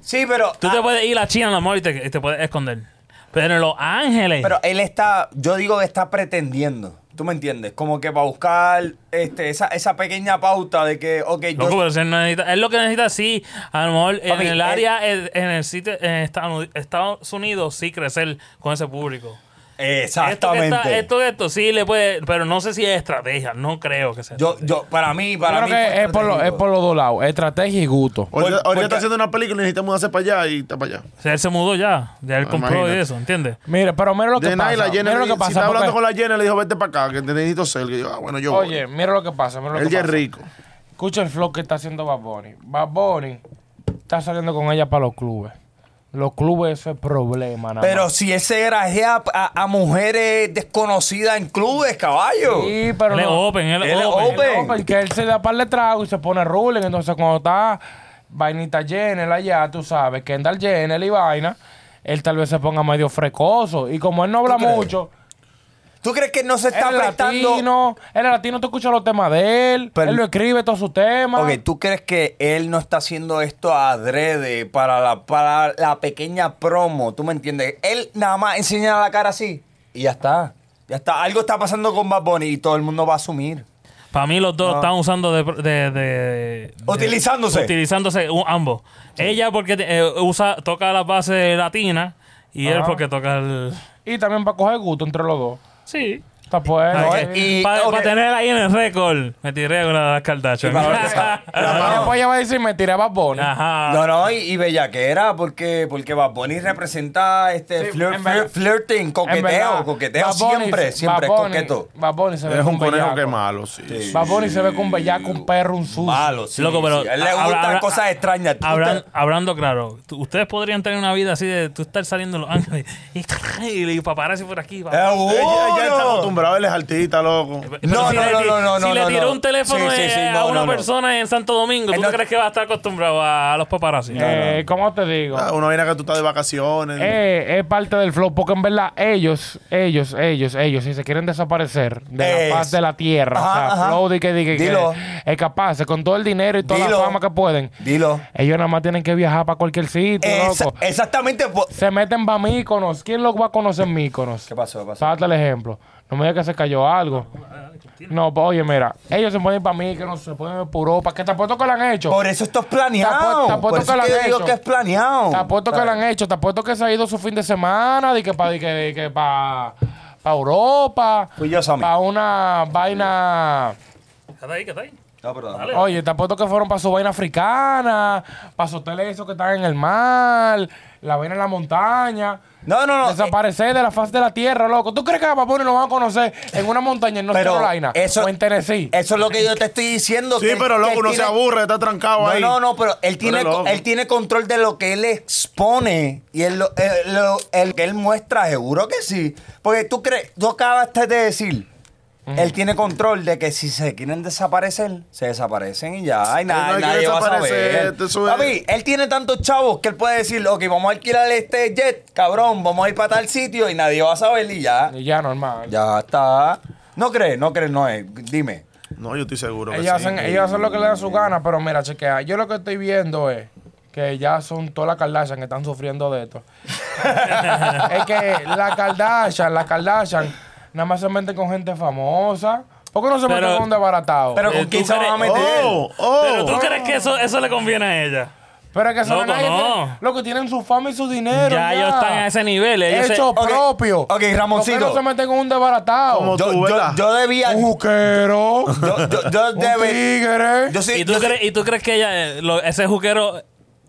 [SPEAKER 8] Sí, pero,
[SPEAKER 7] Tú
[SPEAKER 8] ah,
[SPEAKER 7] te puedes ir a China en la mall y te, y te puedes esconder. Pero en Los Ángeles.
[SPEAKER 8] pero él está, yo digo que está pretendiendo. ¿Tú me entiendes? Como que para buscar este, esa, esa pequeña pauta de que, ok, yo...
[SPEAKER 7] Loco, pero si él no necesita- es lo que necesita, sí. A lo mejor
[SPEAKER 8] Papi,
[SPEAKER 7] en el
[SPEAKER 8] él-
[SPEAKER 7] área, en- en el sitio, en Estados Estados Unidos, sí crecer con ese público. Esto que
[SPEAKER 8] Exactamente.
[SPEAKER 7] está- esto, que esto, sí le puede. Pero no sé si es estrategia, no creo que sea.
[SPEAKER 8] yo, yo, para mí,
[SPEAKER 4] Yo
[SPEAKER 8] para
[SPEAKER 4] creo
[SPEAKER 8] mí... fue
[SPEAKER 4] que es por, lo- es
[SPEAKER 8] estratégico.
[SPEAKER 4] por los dos lados, estrategia y gusto.
[SPEAKER 9] Ahorita,
[SPEAKER 8] Por-
[SPEAKER 9] ahorita
[SPEAKER 8] porque-
[SPEAKER 9] está haciendo una película y necesitamos hacer para allá y está para allá.
[SPEAKER 7] O sea, él se mudó ya. Ya él
[SPEAKER 9] Ah,
[SPEAKER 7] compró
[SPEAKER 9] imagínate.
[SPEAKER 7] y eso, ¿entiendes?
[SPEAKER 4] Mira, pero mira lo que
[SPEAKER 9] De nada,
[SPEAKER 4] pasa.
[SPEAKER 9] y la Jenna
[SPEAKER 4] mira lo que
[SPEAKER 9] le- si estaba
[SPEAKER 4] pasa.
[SPEAKER 9] hablando
[SPEAKER 4] porque-
[SPEAKER 9] con la Jenna, le dijo, vete para acá, que te necesito ser. Y yo, ah, bueno, yo
[SPEAKER 4] Oye, mira lo que pasa, mira lo
[SPEAKER 9] voy. Él
[SPEAKER 4] que
[SPEAKER 9] ya es
[SPEAKER 4] pasa.
[SPEAKER 9] rico.
[SPEAKER 4] Escucha el flow que está haciendo Bad Bunny. Bad Bunny está saliendo con ella para los clubes. Los clubes eso es problema, nada
[SPEAKER 8] Pero
[SPEAKER 4] más.
[SPEAKER 8] si él se grajea a, a mujeres desconocidas en clubes, caballo.
[SPEAKER 4] Sí, pero
[SPEAKER 7] Él es
[SPEAKER 4] no.
[SPEAKER 7] open, él es
[SPEAKER 8] Él es
[SPEAKER 7] open.
[SPEAKER 8] open.
[SPEAKER 4] No, porque él se da par de trago y se pone ruling. Entonces, cuando está vainita Jenner allá, tú sabes, Kendall Jenner y vaina, él tal vez se ponga medio frecoso. Y como él no habla
[SPEAKER 8] crees?
[SPEAKER 4] mucho,
[SPEAKER 8] ¿Tú crees que no se está
[SPEAKER 4] él es
[SPEAKER 8] prestando?
[SPEAKER 4] latino. Él es latino, tú escuchas los temas de él.
[SPEAKER 8] Pero-
[SPEAKER 4] él lo escribe todos sus temas.
[SPEAKER 8] Ok, ¿tú crees que él no está haciendo esto adrede para la, para la pequeña promo? ¿Tú me entiendes? Él nada más enseña la cara así y ya está. Ya está. Algo está pasando con Bad Bunny y todo el mundo va a asumir.
[SPEAKER 7] Para mí los dos están usando de, de- de- de-
[SPEAKER 8] Utilizándose.
[SPEAKER 7] Utilizándose u- ambos. Ella porque eh, usa toca las bases latinas y él
[SPEAKER 4] Ajá.
[SPEAKER 7] porque toca el...
[SPEAKER 4] Y también para coger gusto entre los dos.
[SPEAKER 7] Sí.
[SPEAKER 4] Está pues.
[SPEAKER 8] No,
[SPEAKER 4] eh,
[SPEAKER 8] eh, y-
[SPEAKER 7] para
[SPEAKER 8] ok.
[SPEAKER 7] tener ahí en el récord. Me tiré una de las Kardashian.
[SPEAKER 8] Y para ver qué sale.
[SPEAKER 4] Y
[SPEAKER 7] pues.
[SPEAKER 4] después ella va a decir, me tiré a Bad Bunny.
[SPEAKER 7] Ajá.
[SPEAKER 8] No, no, y, y bellaquera, porque, porque Bad Bunny representa este
[SPEAKER 4] Sí,
[SPEAKER 8] flir-
[SPEAKER 4] en verdad.
[SPEAKER 8] flir- flirting,
[SPEAKER 4] En
[SPEAKER 8] coqueteo,
[SPEAKER 4] verdad,
[SPEAKER 8] coqueteo
[SPEAKER 4] Bad Bunny-
[SPEAKER 8] siempre, siempre
[SPEAKER 4] Bad
[SPEAKER 8] es
[SPEAKER 4] Bunny-
[SPEAKER 8] coqueto.
[SPEAKER 4] Bad Bunny se ve
[SPEAKER 9] Eres
[SPEAKER 4] como
[SPEAKER 9] un
[SPEAKER 4] un
[SPEAKER 9] conejo
[SPEAKER 4] bellaco.
[SPEAKER 9] que malo, sí.
[SPEAKER 4] Bad Bunny se ve con un bellaco, un perro, un sucio.
[SPEAKER 8] Malo, sí.
[SPEAKER 7] Loco, pero
[SPEAKER 8] sí. A él le
[SPEAKER 7] habla-
[SPEAKER 8] gustan
[SPEAKER 7] habla-
[SPEAKER 8] cosas extrañas. ¿Tú
[SPEAKER 7] Hablan-
[SPEAKER 8] te-
[SPEAKER 7] hablando claro, tú- ustedes podrían tener una
[SPEAKER 8] Eh,
[SPEAKER 7] vida así de tú estar saliendo en los ángeles y, y, paparazzi por aquí.
[SPEAKER 8] ¡Seguro!
[SPEAKER 9] Ya- ya está pero él es artista, loco.
[SPEAKER 4] Eh,
[SPEAKER 8] No,
[SPEAKER 7] si
[SPEAKER 8] no,
[SPEAKER 7] le
[SPEAKER 8] no,
[SPEAKER 7] ti-
[SPEAKER 8] no, no,
[SPEAKER 7] Si
[SPEAKER 8] no,
[SPEAKER 7] le
[SPEAKER 8] no,
[SPEAKER 7] tiró
[SPEAKER 8] no.
[SPEAKER 7] un teléfono
[SPEAKER 8] Sí, sí,
[SPEAKER 7] eh,
[SPEAKER 8] sí, no,
[SPEAKER 7] a una
[SPEAKER 8] no, no.
[SPEAKER 7] persona en Santo Domingo, ¿tú
[SPEAKER 8] Él no-
[SPEAKER 7] crees que va a estar acostumbrado a, a los paparazzi?
[SPEAKER 4] Eh, ¿Cómo te digo?
[SPEAKER 9] Ah, Uno viene que tú estás de vacaciones.
[SPEAKER 4] Eh, es parte del flow, porque en verdad ellos, ellos, ellos, ellos, si se quieren desaparecer de
[SPEAKER 8] Es.
[SPEAKER 4] la faz de la tierra,
[SPEAKER 8] Ajá,
[SPEAKER 4] o sea,
[SPEAKER 8] ajá.
[SPEAKER 4] flow de que, de que, que
[SPEAKER 8] Dilo.
[SPEAKER 4] escaparse con todo el dinero y toda
[SPEAKER 8] Dilo.
[SPEAKER 4] la fama que pueden,
[SPEAKER 8] Dilo.
[SPEAKER 4] ellos nada más tienen que viajar para cualquier sitio,
[SPEAKER 8] Esa-
[SPEAKER 4] loco.
[SPEAKER 8] exactamente. po-
[SPEAKER 4] Se meten para Míconos. ¿Quién los va a conocer en Míconos?
[SPEAKER 8] ¿Qué pasó? ¿Qué pasó?
[SPEAKER 4] Date el ejemplo. No me digas que se cayó algo. No, pues, oye, mira, ellos se pueden ir para Míconos, se pueden ir para Europa, que tampoco que lo han hecho.
[SPEAKER 8] Por eso esto es
[SPEAKER 4] Te
[SPEAKER 8] planeado.
[SPEAKER 4] apu- te apuesto
[SPEAKER 8] Por eso
[SPEAKER 4] que lo
[SPEAKER 8] te
[SPEAKER 4] han
[SPEAKER 8] digo
[SPEAKER 4] hecho.
[SPEAKER 8] que es planeado.
[SPEAKER 4] Te apuesto que
[SPEAKER 8] ¿Sabes?
[SPEAKER 4] lo han hecho, te apuesto que se ha ido su fin de semana, de que para que, de que pa, pa Europa,
[SPEAKER 8] Fui yo, Sammy.
[SPEAKER 4] para una vaina.
[SPEAKER 7] Quédate ahí, quédate ahí.
[SPEAKER 8] No, perdón.
[SPEAKER 7] Dale.
[SPEAKER 4] Oye, te apuesto que fueron para su vaina africana, para sus hoteles esos que están en el mar, la vaina en la montaña.
[SPEAKER 8] No, no, eh, no.
[SPEAKER 4] Desaparecer de la faz de la tierra, loco. ¿Tú crees que a Papá nos van a conocer en una montaña en North
[SPEAKER 8] Pero
[SPEAKER 4] Carolina
[SPEAKER 8] eso-
[SPEAKER 4] o en Tennessee?
[SPEAKER 8] Eso es lo que yo te estoy diciendo.
[SPEAKER 9] sí,
[SPEAKER 8] que-
[SPEAKER 9] pero
[SPEAKER 8] que
[SPEAKER 9] loco, uno se
[SPEAKER 8] tiene-
[SPEAKER 9] aburre, está trancado
[SPEAKER 8] No,
[SPEAKER 9] ahí.
[SPEAKER 8] no, no, pero él tiene,
[SPEAKER 9] loco.
[SPEAKER 8] él tiene control de lo que él expone y él lo, él lo- el que él muestra, seguro que sí. Porque tú crees, tú acabaste de decir, él tiene control de que si se quieren desaparecer, se desaparecen y ya. Ay,
[SPEAKER 9] no
[SPEAKER 8] nada,
[SPEAKER 9] hay que
[SPEAKER 8] nadie va a
[SPEAKER 9] desaparecer,
[SPEAKER 8] saber.
[SPEAKER 9] tú subes-
[SPEAKER 8] Papi, él tiene tantos chavos que él puede decir, ok, vamos a alquilar este jet, cabrón, vamos a ir para tal sitio y nadie va a saber y ya.
[SPEAKER 4] Y ya, normal.
[SPEAKER 8] Ya está. No crees, no crees, no es. Dime.
[SPEAKER 9] No, yo estoy seguro. que
[SPEAKER 4] Ellos,
[SPEAKER 9] sí.
[SPEAKER 4] hacen, ellos hacen lo que les da su gana, pero mira, chequea. Yo lo que estoy viendo es que ya son todas las Kardashian que están sufriendo de esto. es que la Kardashian, la Kardashian, nada más se meten con gente famosa. ¿Por qué no se
[SPEAKER 7] Pero-
[SPEAKER 4] meten con un desbaratado? Pero,
[SPEAKER 8] Pero con
[SPEAKER 7] ¿tú
[SPEAKER 8] quién se
[SPEAKER 7] crees-
[SPEAKER 8] van a meter.
[SPEAKER 9] Oh, oh.
[SPEAKER 7] Pero tú crees que eso, eso le conviene a ella.
[SPEAKER 4] es que son
[SPEAKER 7] Loco,
[SPEAKER 4] nadie
[SPEAKER 7] no.
[SPEAKER 4] tiene- lo que tienen su fama y su dinero.
[SPEAKER 7] Ya ellos están a ese nivel. Ellos se-
[SPEAKER 4] Hecho
[SPEAKER 8] Ok,
[SPEAKER 4] propio.
[SPEAKER 8] ok,
[SPEAKER 4] ¿Por qué
[SPEAKER 8] Ramoncito.
[SPEAKER 4] no se meten con un desbaratado?
[SPEAKER 9] Como
[SPEAKER 8] Yo,
[SPEAKER 9] tú,
[SPEAKER 8] yo-
[SPEAKER 9] ¿verdad?
[SPEAKER 8] yo debía.
[SPEAKER 4] Un juquero.
[SPEAKER 8] Yo, yo, yo
[SPEAKER 4] un
[SPEAKER 8] debe.
[SPEAKER 4] tigre.
[SPEAKER 8] Yo sí.
[SPEAKER 7] ¿Y, tú
[SPEAKER 8] yo sí-
[SPEAKER 7] crees, ¿Y tú crees que ella, eh, lo- ese juquero,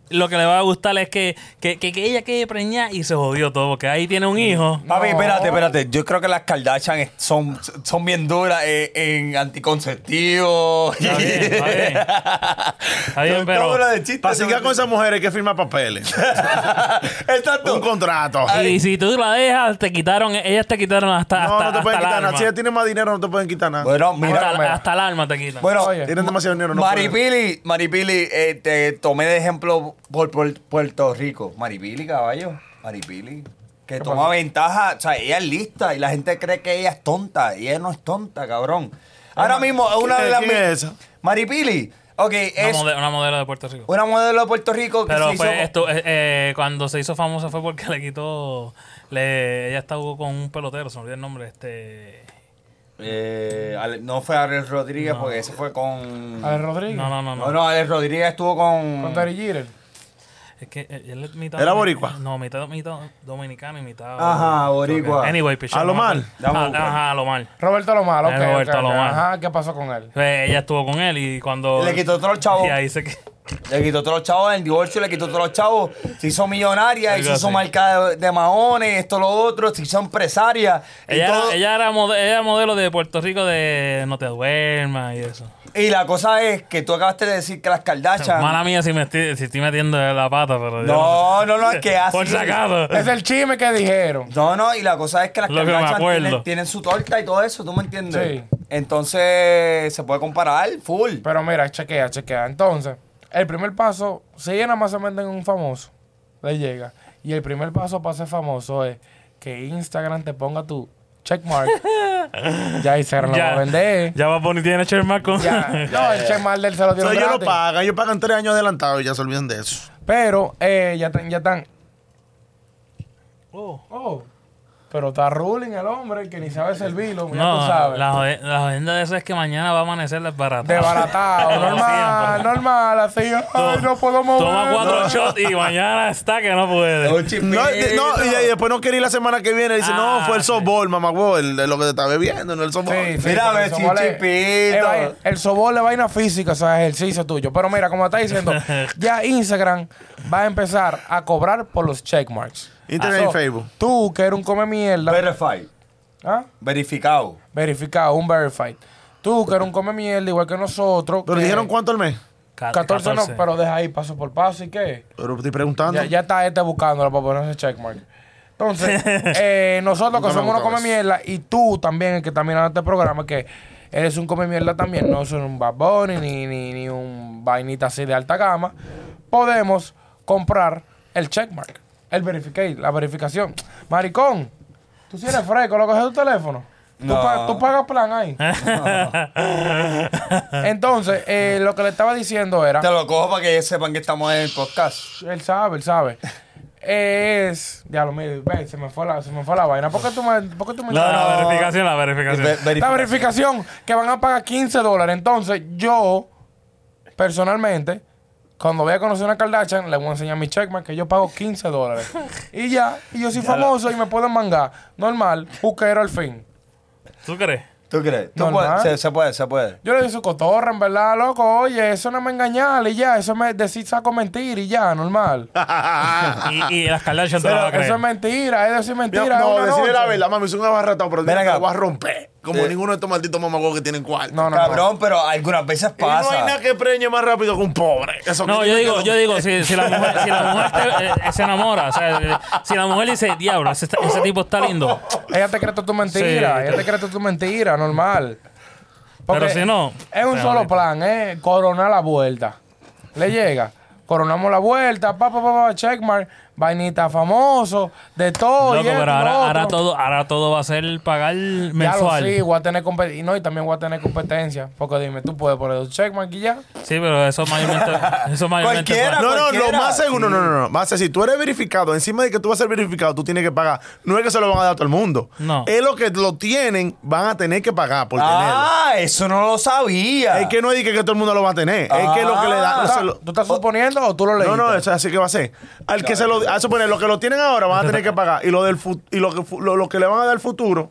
[SPEAKER 7] lo que le va a gustar es que, que, que, que ella quede preñada y se jodió todo? Porque ahí tiene un hijo.
[SPEAKER 8] Papi,
[SPEAKER 4] No.
[SPEAKER 8] espérate, espérate. Yo creo que las Kardashian es- son, son bien duras eh, en, en anticonceptivos.
[SPEAKER 7] Está bien, está bien. Está bien,
[SPEAKER 8] Son
[SPEAKER 7] pero-
[SPEAKER 8] todas las de chiste,
[SPEAKER 9] Para
[SPEAKER 8] son-
[SPEAKER 9] con esas mujeres hay que firma papeles.
[SPEAKER 8] Exacto.
[SPEAKER 9] un contrato.
[SPEAKER 7] Y si tú la dejas, te quitaron, ellas te quitaron hasta,
[SPEAKER 9] no,
[SPEAKER 7] hasta,
[SPEAKER 9] no te
[SPEAKER 7] hasta
[SPEAKER 9] pueden quitar
[SPEAKER 7] el
[SPEAKER 9] nada.
[SPEAKER 7] alma.
[SPEAKER 9] Si ella tiene más dinero, no te pueden quitar nada.
[SPEAKER 8] Bueno, mira.
[SPEAKER 7] hasta,
[SPEAKER 4] mira.
[SPEAKER 7] hasta el alma te quitan.
[SPEAKER 8] Bueno,
[SPEAKER 4] Oye.
[SPEAKER 9] Tienen demasiado dinero. No pueden.
[SPEAKER 8] Maripili, Maripili, eh, te tomé de ejemplo por, por Puerto Rico. Maripili, caballo. Maripili. Que toma ventaja. O sea, ella es lista y la gente cree que ella es tonta. Y ella no es tonta, cabrón. Ahora mismo, es una
[SPEAKER 9] ¿Quién
[SPEAKER 8] de
[SPEAKER 9] Ah,
[SPEAKER 8] las.
[SPEAKER 9] es- quién
[SPEAKER 8] mi-
[SPEAKER 9] es esa?
[SPEAKER 8] Maripili. Ok,
[SPEAKER 7] una,
[SPEAKER 8] es
[SPEAKER 7] mode- una modelo de Puerto Rico.
[SPEAKER 8] una modelo de Puerto Rico que
[SPEAKER 7] Pero
[SPEAKER 8] se
[SPEAKER 7] fue
[SPEAKER 8] hizo-
[SPEAKER 7] esto, eh, eh, cuando se hizo famosa fue porque le quitó, le, ella estuvo con un pelotero, se me olvidó el nombre, este...
[SPEAKER 8] Eh, Ale- no fue Alex Rodríguez porque ese fue con.
[SPEAKER 4] Ale Rodríguez.
[SPEAKER 7] No, no, no, no.
[SPEAKER 8] No, no, Alex Rodríguez estuvo con.
[SPEAKER 4] Con Terry Jeter.
[SPEAKER 7] Es que eh, él es mitad...
[SPEAKER 9] ¿Era
[SPEAKER 7] domin-
[SPEAKER 9] boricua?
[SPEAKER 7] No, mitad, mitad dominicano y mitad...
[SPEAKER 8] Ajá, boricua.
[SPEAKER 7] Anyway, pichón.
[SPEAKER 9] A lo
[SPEAKER 7] no me
[SPEAKER 9] mal.
[SPEAKER 7] acuerdo.
[SPEAKER 8] Vamos a
[SPEAKER 7] Ah,
[SPEAKER 8] buscar.
[SPEAKER 7] Ajá, a lo mal.
[SPEAKER 4] Roberto Lomar, ok.
[SPEAKER 7] Eh, Roberto
[SPEAKER 4] ok, ok.
[SPEAKER 7] Lomar.
[SPEAKER 4] Ajá, ¿qué pasó con él?
[SPEAKER 7] Pues ella estuvo con él y cuando...
[SPEAKER 8] Le quitó todos los chavos.
[SPEAKER 7] Y ahí se que...
[SPEAKER 8] Le quitó todos los chavos el divorcio, le quitó todos los chavos. Se hizo millonaria,
[SPEAKER 7] Algo
[SPEAKER 8] se hizo
[SPEAKER 7] así.
[SPEAKER 8] marca de, de maones, esto, lo otro, se hizo empresaria. y
[SPEAKER 7] Ella,
[SPEAKER 8] todo.
[SPEAKER 7] era, ella, era mode- ella era modelo de Puerto Rico de No te duermas y eso.
[SPEAKER 8] Y la cosa es que tú acabaste de decir que las Kardashian.
[SPEAKER 7] Mala mía si me estoy, si estoy metiendo la pata, pero... yo
[SPEAKER 8] No, no, no, es que así.
[SPEAKER 7] Por sacado.
[SPEAKER 4] Es el chisme que dijeron.
[SPEAKER 8] No, no, y la cosa es que las
[SPEAKER 7] Lo que me
[SPEAKER 8] Kardashian
[SPEAKER 7] acuerdo.
[SPEAKER 8] tienen, tienen su torta y todo eso, ¿tú me entiendes?
[SPEAKER 4] Sí.
[SPEAKER 8] Entonces se puede comparar full.
[SPEAKER 4] Pero mira, chequea, chequea. Entonces, el primer paso, si ella nada más se mete en un famoso, le llega. Y el primer paso para ser famoso es que Instagram te ponga tu checkmark. ya Instagram lo va a vender.
[SPEAKER 7] Ya va Bonnie tiene Sherman con.
[SPEAKER 4] Ya. No, el checkmark del él se lo
[SPEAKER 9] Pero
[SPEAKER 4] dieron
[SPEAKER 9] ellos lo
[SPEAKER 4] gratis.
[SPEAKER 9] pagan, ellos pagan tres años adelantados y ya se olvidan de eso.
[SPEAKER 4] Pero eh, ya, tan- ya están...
[SPEAKER 7] Oh.
[SPEAKER 4] Oh, pero está ruling el hombre que ni sabe servirlo, ya tú
[SPEAKER 7] No,
[SPEAKER 4] sabes.
[SPEAKER 7] la, jode- la jodenda de eso es que mañana va a amanecer desbaratado.
[SPEAKER 4] Desbaratado,
[SPEAKER 7] Como
[SPEAKER 4] normal,
[SPEAKER 7] siempre.
[SPEAKER 4] normal, así. Ay, no puedo mover.
[SPEAKER 7] Toma cuatro shots y mañana está que no puede.
[SPEAKER 9] No, de- no, y, y después no quiere ir la semana que viene. Dice,
[SPEAKER 7] Ah,
[SPEAKER 9] no, fue el
[SPEAKER 7] sí.
[SPEAKER 9] softball, mamá, huevo, el de lo que te está bebiendo, no el softball.
[SPEAKER 4] Sí, sí,
[SPEAKER 8] Mira,
[SPEAKER 4] porque
[SPEAKER 8] ve,
[SPEAKER 4] el sobol es-
[SPEAKER 8] chichipito.
[SPEAKER 4] es vai- El sobol es vaina física, o sea, ejercicio tuyo. Pero mira, como está diciendo, ya Instagram va a empezar a cobrar por los checkmarks.
[SPEAKER 9] Internet
[SPEAKER 4] Ah,
[SPEAKER 9] y
[SPEAKER 4] so,
[SPEAKER 9] Facebook.
[SPEAKER 4] Tú, que eres un come mierda,
[SPEAKER 8] Verify.
[SPEAKER 4] ¿ah?
[SPEAKER 8] Verificado.
[SPEAKER 4] verificado, un verified. Tú, que eres un come mierda, igual que nosotros.
[SPEAKER 9] Pero
[SPEAKER 4] que-
[SPEAKER 9] dijeron cuánto al mes.
[SPEAKER 7] Ca-
[SPEAKER 4] 14, no, pero deja ahí paso por paso y qué.
[SPEAKER 9] Pero estoy preguntando.
[SPEAKER 4] Ya, ya está este buscándolo para ponerse checkmark. Entonces, eh, nosotros que
[SPEAKER 9] Nunca me
[SPEAKER 4] somos unos
[SPEAKER 9] gustó
[SPEAKER 4] come
[SPEAKER 9] eso.
[SPEAKER 4] mierda y tú también, el que está mirando este programa, que eres un come mierda también, no soy un Bad Bunny ni, ni, ni un vainita así de alta gama, podemos comprar el checkmark, el verificate, la verificación. Maricón, tú si eres fresco, lo coges tu teléfono. Tú,
[SPEAKER 8] No.
[SPEAKER 4] pa- tú pagas plan ahí. Entonces, eh, lo que le estaba diciendo era...
[SPEAKER 8] Te lo cojo para que ellos sepan que estamos en el podcast.
[SPEAKER 4] Él sabe, él sabe. Es. Ya lo mire, ve, se me fue la, se me fue la vaina. ¿Por qué tú me.? ¿Por qué tú me
[SPEAKER 7] La,
[SPEAKER 4] la,
[SPEAKER 7] la verificación, la verificación.
[SPEAKER 8] Ve- verifica.
[SPEAKER 4] verificación que van a pagar 15 dólares. Entonces, yo, personalmente, cuando voy a conocer una Kardashian, le voy a enseñar mi checkmark que yo pago 15 dólares. y ya, y yo soy famoso y me pueden mangar. Normal, juquero al fin.
[SPEAKER 7] ¿Tú crees?
[SPEAKER 8] ¿Tú crees? ¿Tú
[SPEAKER 4] Normal.
[SPEAKER 8] puedes? Se, se puede, se puede.
[SPEAKER 4] Yo le doy su cotorra, en verdad, loco. Oye, eso no me engañar y ya. Eso me decir saco mentir y ya, normal.
[SPEAKER 7] Y, y las Kardashian te lo van
[SPEAKER 4] Ah, Pero
[SPEAKER 7] a creer.
[SPEAKER 4] eso es mentira, es decir mentira. es
[SPEAKER 9] no,
[SPEAKER 4] una
[SPEAKER 9] decirle
[SPEAKER 4] noche. Eh.
[SPEAKER 9] la verdad, mami, soy un abarratado, pero
[SPEAKER 8] Ven
[SPEAKER 9] yo
[SPEAKER 8] acá.
[SPEAKER 9] te voy a romper. Como ninguno de estos malditos mamagos que tienen cuarto.
[SPEAKER 4] No, no, no.
[SPEAKER 8] Cabrón, pero algunas veces
[SPEAKER 9] Y no hay
[SPEAKER 8] pasa.
[SPEAKER 9] nada que preñe más rápido que un pobre. Eso
[SPEAKER 7] No,
[SPEAKER 9] que-
[SPEAKER 7] yo digo, yo digo, si, si la mujer, si la mujer te- eh, eh, se enamora, o sea, eh, si la mujer dice, diablo, ese, está- ese tipo está lindo.
[SPEAKER 4] Ella te cree toda tu mentira.
[SPEAKER 7] Sí.
[SPEAKER 4] Ella te cree toda tu mentira, normal. Porque
[SPEAKER 7] Pero si no,
[SPEAKER 4] Es un
[SPEAKER 7] te
[SPEAKER 4] solo
[SPEAKER 7] jodiste.
[SPEAKER 4] plan, ¿eh? Coronar la vuelta. Le llega. Coronamos la vuelta, pa, pa, pa, pa, checkmark, vainita famoso, de todo.
[SPEAKER 7] Loco,
[SPEAKER 4] y esto,
[SPEAKER 7] pero
[SPEAKER 4] y lo
[SPEAKER 7] ahora,
[SPEAKER 4] otro.
[SPEAKER 7] ahora todo, ahora todo va a ser pagar
[SPEAKER 4] Ya lo
[SPEAKER 7] mensual.
[SPEAKER 4] sí, voy a tener competencia. Y no, y también voy a tener competencia. Porque dime, tú puedes poner un checkmark y ya.
[SPEAKER 7] Sí, pero eso mayormente, eso mayormente
[SPEAKER 8] Cualquiera.
[SPEAKER 7] pa-
[SPEAKER 9] No, no, lo
[SPEAKER 8] cualquiera.
[SPEAKER 9] más seguro, no, no, no. Más si tú eres verificado, encima de que tú vas a ser verificado, tú tienes que pagar. No es que se lo van a dar a todo el mundo.
[SPEAKER 7] No.
[SPEAKER 9] Es lo que lo tienen, van a tener que pagar por
[SPEAKER 8] Ah, eso no lo sabía.
[SPEAKER 9] tenerlo. Es que no es que, que todo el mundo lo va a tener. Es que lo que le
[SPEAKER 7] Ah.
[SPEAKER 9] dan. se lo-
[SPEAKER 4] Ah, ¿Tú estás suponiendo o tú lo leíste?
[SPEAKER 9] no, no, eso es así que va a ser. Al que se lo. A suponer, lo que lo tienen ahora van a tener que pagar. Y lo del fu- y lo que, fu- lo, lo que le van a dar al futuro,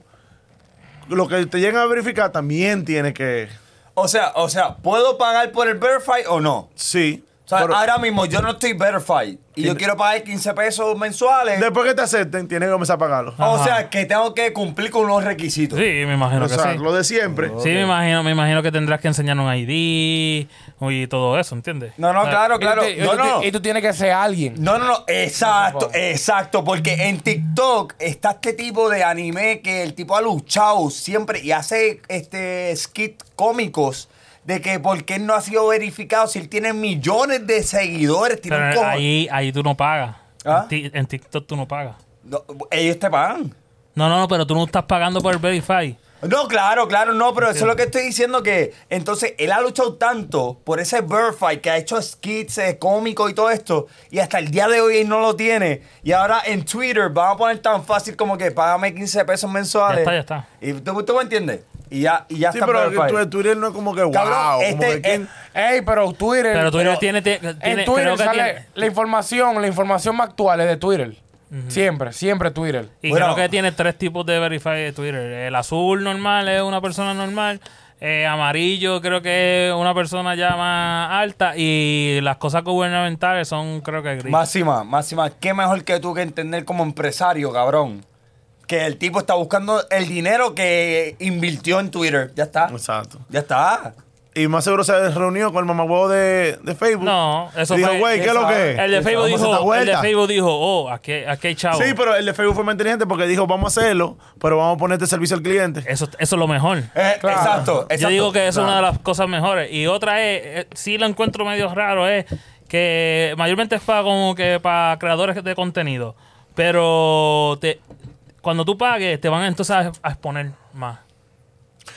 [SPEAKER 9] lo que te llegan a verificar también tiene que.
[SPEAKER 8] O sea, o sea, ¿puedo pagar por el Verify o no?
[SPEAKER 9] Sí.
[SPEAKER 8] O sea,
[SPEAKER 9] Pero
[SPEAKER 8] ahora mismo yo no estoy Verify y yo quiero pagar 15 pesos mensuales.
[SPEAKER 9] después que te acepten, tienes que comenzar a pagarlo.
[SPEAKER 7] Ah,
[SPEAKER 8] O sea, que tengo que cumplir con los requisitos.
[SPEAKER 7] Sí, me imagino
[SPEAKER 9] o
[SPEAKER 7] que
[SPEAKER 9] sea,
[SPEAKER 7] sí.
[SPEAKER 9] lo de siempre.
[SPEAKER 7] Sí, me imagino, me imagino que tendrás que enseñar un ID y todo eso, ¿entiendes?
[SPEAKER 8] No,
[SPEAKER 7] O
[SPEAKER 8] no,
[SPEAKER 7] sea,
[SPEAKER 8] claro,
[SPEAKER 4] Y tú
[SPEAKER 8] claro.
[SPEAKER 4] ti- y
[SPEAKER 8] eh, No,
[SPEAKER 4] tú ti-
[SPEAKER 8] no.
[SPEAKER 4] Y tú tienes que ser alguien.
[SPEAKER 8] No, no, no, exacto,
[SPEAKER 4] favor.
[SPEAKER 8] exacto, porque en TikTok está este tipo de anime que el tipo ha luchado siempre y hace este skit cómicos de que por qué no ha sido verificado si él tiene millones de seguidores, tiene un
[SPEAKER 7] Pero
[SPEAKER 8] cojón.
[SPEAKER 7] ahí, ahí tú no pagas.
[SPEAKER 8] ¿Ah?
[SPEAKER 7] En, ti- en TikTok tú no pagas.
[SPEAKER 8] No, ellos te pagan.
[SPEAKER 7] No, no, no, pero tú no estás pagando por el Verify.
[SPEAKER 8] No, claro, claro, no, pero eso es lo que estoy diciendo que entonces él ha luchado tanto por ese bird fight que ha hecho skits eh, cómicos y todo esto y hasta el día de hoy él no lo tiene y ahora en Twitter van a poner tan fácil como que págame 15 pesos mensuales.
[SPEAKER 7] Ya está, ya está.
[SPEAKER 8] Y tú, tú me entiendes? Y ya y ya
[SPEAKER 9] Sí,
[SPEAKER 8] está
[SPEAKER 9] pero
[SPEAKER 8] bird fight.
[SPEAKER 9] tu, Twitter no es como que wow.
[SPEAKER 8] Cabrón,
[SPEAKER 9] como
[SPEAKER 8] este-
[SPEAKER 9] que quién-
[SPEAKER 8] eh,
[SPEAKER 4] Ey, pero Twitter.
[SPEAKER 7] Pero Twitter tiene- te- tiene-
[SPEAKER 4] en Twitter
[SPEAKER 7] creo que
[SPEAKER 4] sale
[SPEAKER 7] tiene-
[SPEAKER 4] la información, la información más actual es de Twitter. Siempre, siempre Twitter.
[SPEAKER 7] Y
[SPEAKER 8] Bueno.
[SPEAKER 7] creo que tiene tres tipos de verify de Twitter. El azul normal es una persona normal. eh, amarillo creo que es una persona ya más alta. Y las cosas gubernamentales son creo que gris.
[SPEAKER 8] Máxima, máxima, qué mejor que tú que entender como empresario, cabrón. Que el tipo está buscando el dinero que invirtió en Twitter. Ya está.
[SPEAKER 9] Exacto.
[SPEAKER 8] Ya está.
[SPEAKER 9] Y más seguro se reunió con el mamagüevo de, de Facebook.
[SPEAKER 7] No, eso
[SPEAKER 9] Dijo,
[SPEAKER 7] fue-
[SPEAKER 9] güey, ¿qué es lo que es?
[SPEAKER 7] El de Facebook
[SPEAKER 9] Vamos a hacer esta
[SPEAKER 7] dijo, el de
[SPEAKER 9] vuelta.
[SPEAKER 7] Facebook dijo, oh, aquí, aquí hay chavo.
[SPEAKER 9] Sí, pero el de Facebook fue más inteligente porque dijo, vamos a hacerlo, pero vamos a poner este servicio al cliente.
[SPEAKER 7] eso, eso es lo mejor.
[SPEAKER 8] Eh,
[SPEAKER 4] Claro.
[SPEAKER 8] Exacto,
[SPEAKER 7] Yo
[SPEAKER 8] exacto.
[SPEAKER 7] digo que es
[SPEAKER 9] Claro.
[SPEAKER 7] una de las cosas mejores. Y otra es, eh, sí lo encuentro medio raro, es que mayormente es para como que para creadores de contenido. Pero te, cuando tú pagues, te van entonces a, a exponer más.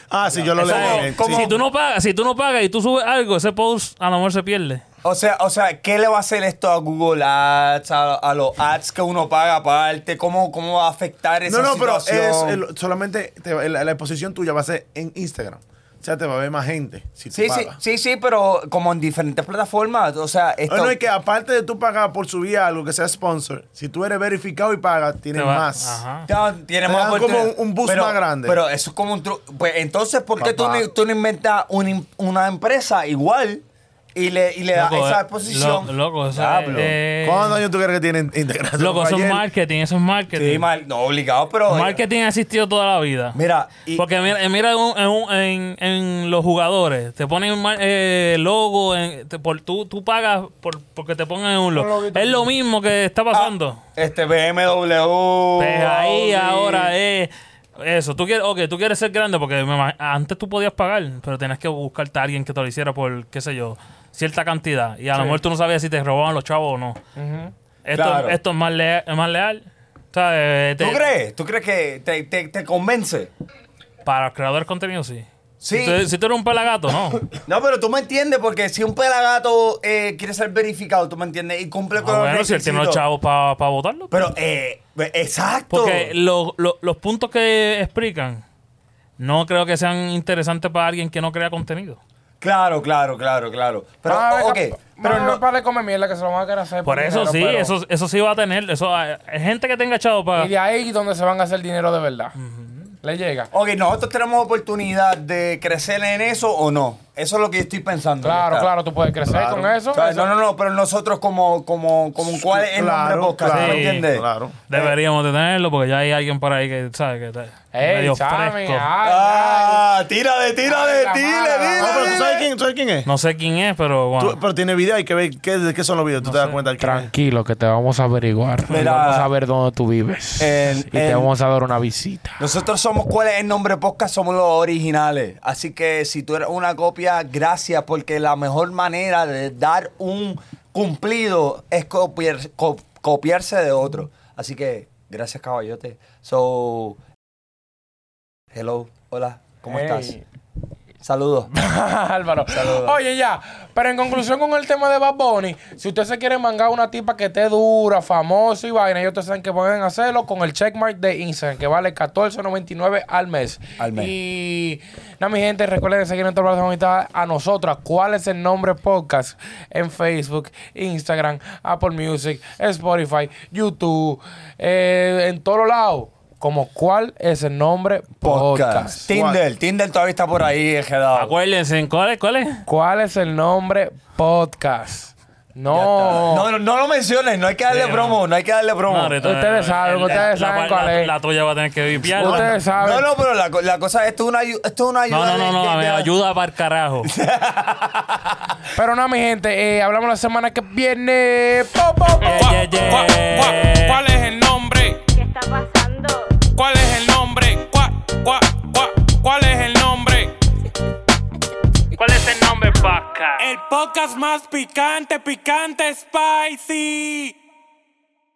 [SPEAKER 9] Ah, sí, yo lo
[SPEAKER 7] O sea,
[SPEAKER 9] leí.
[SPEAKER 7] eh,
[SPEAKER 9] Sí.
[SPEAKER 7] Si tú no pagas, si tú no pagas y tú subes algo, ese post a lo mejor se pierde.
[SPEAKER 8] O sea, o sea, ¿qué le va a hacer esto a Google Ads, a, a los ads que uno paga aparte? ¿Cómo, cómo va a afectar esa
[SPEAKER 9] No, no, pero es,
[SPEAKER 8] situación?
[SPEAKER 9] el- solamente te va- la, la exposición tuya va a ser en Instagram. O sea, te va a ver más gente si tú
[SPEAKER 8] Sí, sí,
[SPEAKER 9] pagas.
[SPEAKER 8] sí, sí, pero como en diferentes plataformas, o sea, esto...
[SPEAKER 9] Ah, No, es que aparte de tú pagar por subir algo que sea sponsor, si tú eres verificado y pagas,
[SPEAKER 7] Te
[SPEAKER 9] tienes
[SPEAKER 7] va-
[SPEAKER 9] más.
[SPEAKER 7] Ajá.
[SPEAKER 8] Ya, tiene
[SPEAKER 9] Te
[SPEAKER 8] más
[SPEAKER 9] dan como
[SPEAKER 8] oportunidad.
[SPEAKER 9] un- un boost
[SPEAKER 8] Pero-
[SPEAKER 9] más grande.
[SPEAKER 8] Pero eso es como un truco. Pues entonces, ¿por qué tú
[SPEAKER 9] Papá.
[SPEAKER 8] no, tú no inventas un in- una empresa igual y le, y le da
[SPEAKER 7] Loco,
[SPEAKER 8] esa
[SPEAKER 7] eh,
[SPEAKER 8] exposición.
[SPEAKER 7] lo- loco, eso es-
[SPEAKER 8] Diablo.
[SPEAKER 7] eh,
[SPEAKER 9] ¿Cuántos años tú crees que tienen integración?
[SPEAKER 7] Loco, eso es
[SPEAKER 9] Ayer.
[SPEAKER 7] marketing, eso es marketing.
[SPEAKER 8] Sí, mal, no obligado, pero.
[SPEAKER 7] Marketing ha existido toda la vida.
[SPEAKER 8] Mira, y- ah,
[SPEAKER 7] Porque mira, eh, mira un- en, un- en- en los jugadores, te ponen mar- eh, logo, en- te- por, tú, tú pagas por, porque te pongan un logo. Es lo mismo que
[SPEAKER 8] Ah,
[SPEAKER 7] está pasando.
[SPEAKER 8] este BMW.
[SPEAKER 7] Pues ahí
[SPEAKER 8] Audi.
[SPEAKER 7] ahora es eso. Tú quieres, ok, tú quieres ser grande porque me imag- antes tú podías pagar, pero tenías que buscarte a alguien que te lo hiciera por, qué sé yo, cierta cantidad. Y a lo mejor tú no sabías si te robaban los chavos o no. esto,
[SPEAKER 8] Claro.
[SPEAKER 7] esto es más, lea- es más leal. ¿Sabes?
[SPEAKER 8] ¿Tú
[SPEAKER 7] Te-
[SPEAKER 8] crees? ¿Tú crees que te, te, te convence?
[SPEAKER 7] Para creador de contenido, sí.
[SPEAKER 8] Sí.
[SPEAKER 7] Si tú, si tú eres un pelagato, no. Ah,
[SPEAKER 8] No, pero tú me entiendes, porque si un pelagato eh, quiere ser verificado, tú me entiendes, y cumple con
[SPEAKER 7] Ah,
[SPEAKER 8] los
[SPEAKER 7] bueno, si él tiene los
[SPEAKER 8] requisitos.
[SPEAKER 7] chavos para votarlo.
[SPEAKER 8] Pero, eh, exacto.
[SPEAKER 7] Porque lo- lo- los puntos que explican no creo que sean interesantes para alguien que no crea contenido.
[SPEAKER 8] Claro, claro, claro, claro. Pero,
[SPEAKER 4] Van a ver
[SPEAKER 8] ok,
[SPEAKER 4] cap-
[SPEAKER 8] pero
[SPEAKER 4] van a ver
[SPEAKER 8] no.
[SPEAKER 4] para de comer mierda que se lo van a querer hacer.
[SPEAKER 7] Por eso
[SPEAKER 4] dinero,
[SPEAKER 7] sí,
[SPEAKER 4] pero-
[SPEAKER 7] eso, eso sí va a tener. Eso, hay hay gente que tenga pues, chavos para.
[SPEAKER 4] Y de ahí donde se van a hacer dinero de verdad. Le llega.
[SPEAKER 8] Ok, nosotros tenemos oportunidad de crecer en eso o no. Eso es lo que yo estoy pensando.
[SPEAKER 4] Claro,
[SPEAKER 8] ahorita.
[SPEAKER 4] claro, tú puedes crecer
[SPEAKER 9] Claro.
[SPEAKER 4] con eso.
[SPEAKER 8] O sea,
[SPEAKER 4] eso-
[SPEAKER 8] No, no, no, pero nosotros como, como, como cuál es el nombre
[SPEAKER 9] Claro,
[SPEAKER 8] de podcast,
[SPEAKER 9] claro,
[SPEAKER 8] ¿me entiendes?
[SPEAKER 9] Claro.
[SPEAKER 7] Deberíamos de tenerlo porque ya hay alguien por ahí que sabe que está
[SPEAKER 4] ¡Ey,
[SPEAKER 7] medio
[SPEAKER 4] chame!
[SPEAKER 7] fresco.
[SPEAKER 4] ay, ay.
[SPEAKER 8] Ah, tírale,
[SPEAKER 4] Ay,
[SPEAKER 8] tírale,
[SPEAKER 4] la
[SPEAKER 8] tírale,
[SPEAKER 4] mala, la
[SPEAKER 9] No,
[SPEAKER 8] dile,
[SPEAKER 9] pero tú
[SPEAKER 8] dile.
[SPEAKER 9] sabes quién, sabes quién es.
[SPEAKER 7] No sé quién es, pero bueno.
[SPEAKER 9] Tú- pero tiene video, hay que ver qué, de qué son los videos. Tú te das cuenta de quién es.
[SPEAKER 4] Tranquilo, que te vamos a averiguar.
[SPEAKER 8] Mira.
[SPEAKER 4] vamos a ver dónde tú vives.
[SPEAKER 8] El-
[SPEAKER 4] y te
[SPEAKER 8] el-
[SPEAKER 4] vamos a dar una visita.
[SPEAKER 8] Nosotros somos cuál es el nombre podcast, somos los originales. Así que si tú eres una copia, gracias, porque la mejor manera de dar un cumplido es copiar- co- copiarse de otro. Así que gracias, caballote. So, hello, hola, ¿cómo estás?
[SPEAKER 4] Hey.
[SPEAKER 8] Saludos.
[SPEAKER 4] Álvaro.
[SPEAKER 8] Saludos.
[SPEAKER 4] Oye, ya. Pero en conclusión con el tema de Bad Bunny, si usted se quiere mangar una tipa que esté dura, famosa y vaina, ellos te saben que pueden hacerlo con el checkmark de Instagram, que vale 14.99 al mes.
[SPEAKER 8] Al mes.
[SPEAKER 4] Y nada, mi gente, recuerden seguir en todas las amistades a nosotras. ¿Cuál es el nombre podcast? En Facebook, Instagram, Apple Music, Spotify, YouTube, eh, en todos lados. Como cuál es el nombre
[SPEAKER 8] Podcast.
[SPEAKER 4] podcast.
[SPEAKER 8] Tinder, Tinder todavía está por ahí, quedado.
[SPEAKER 7] Acuérdense, ¿cuál es? ¿Cuál es?
[SPEAKER 4] ¿Cuál es el nombre podcast? No.
[SPEAKER 8] No, no, no lo menciones, no hay que darle
[SPEAKER 7] Sí, no.
[SPEAKER 8] promo, no. hay que darle promo.
[SPEAKER 7] No, ahorita- eh,
[SPEAKER 4] Ustedes saben, ustedes
[SPEAKER 7] la-
[SPEAKER 4] saben
[SPEAKER 7] la-
[SPEAKER 4] cuál
[SPEAKER 7] la-
[SPEAKER 4] es.
[SPEAKER 7] La tuya va a tener que vipiar.
[SPEAKER 4] Ustedes saben.
[SPEAKER 8] No, no, pero la, co- la cosa, esto es una, ayu- esto es una ayuda.
[SPEAKER 7] No, no, no,
[SPEAKER 8] de-
[SPEAKER 7] no,
[SPEAKER 8] de-
[SPEAKER 7] me
[SPEAKER 8] de-
[SPEAKER 7] ayuda para el carajo.
[SPEAKER 4] Pero no, mi gente, eh, hablamos la semana que viene. Po, po, po.
[SPEAKER 7] Yeah, yeah,
[SPEAKER 6] Cuá, cuá,
[SPEAKER 7] yeah.
[SPEAKER 6] ¿Cuál es el nombre?
[SPEAKER 5] ¿Qué está pasando?
[SPEAKER 6] ¿Cuál es el nombre? Cuá, cuá, cuá, ¿Cuál es el nombre?
[SPEAKER 5] ¿Cuál es el nombre, vaca?
[SPEAKER 6] El podcast más picante, picante, spicy.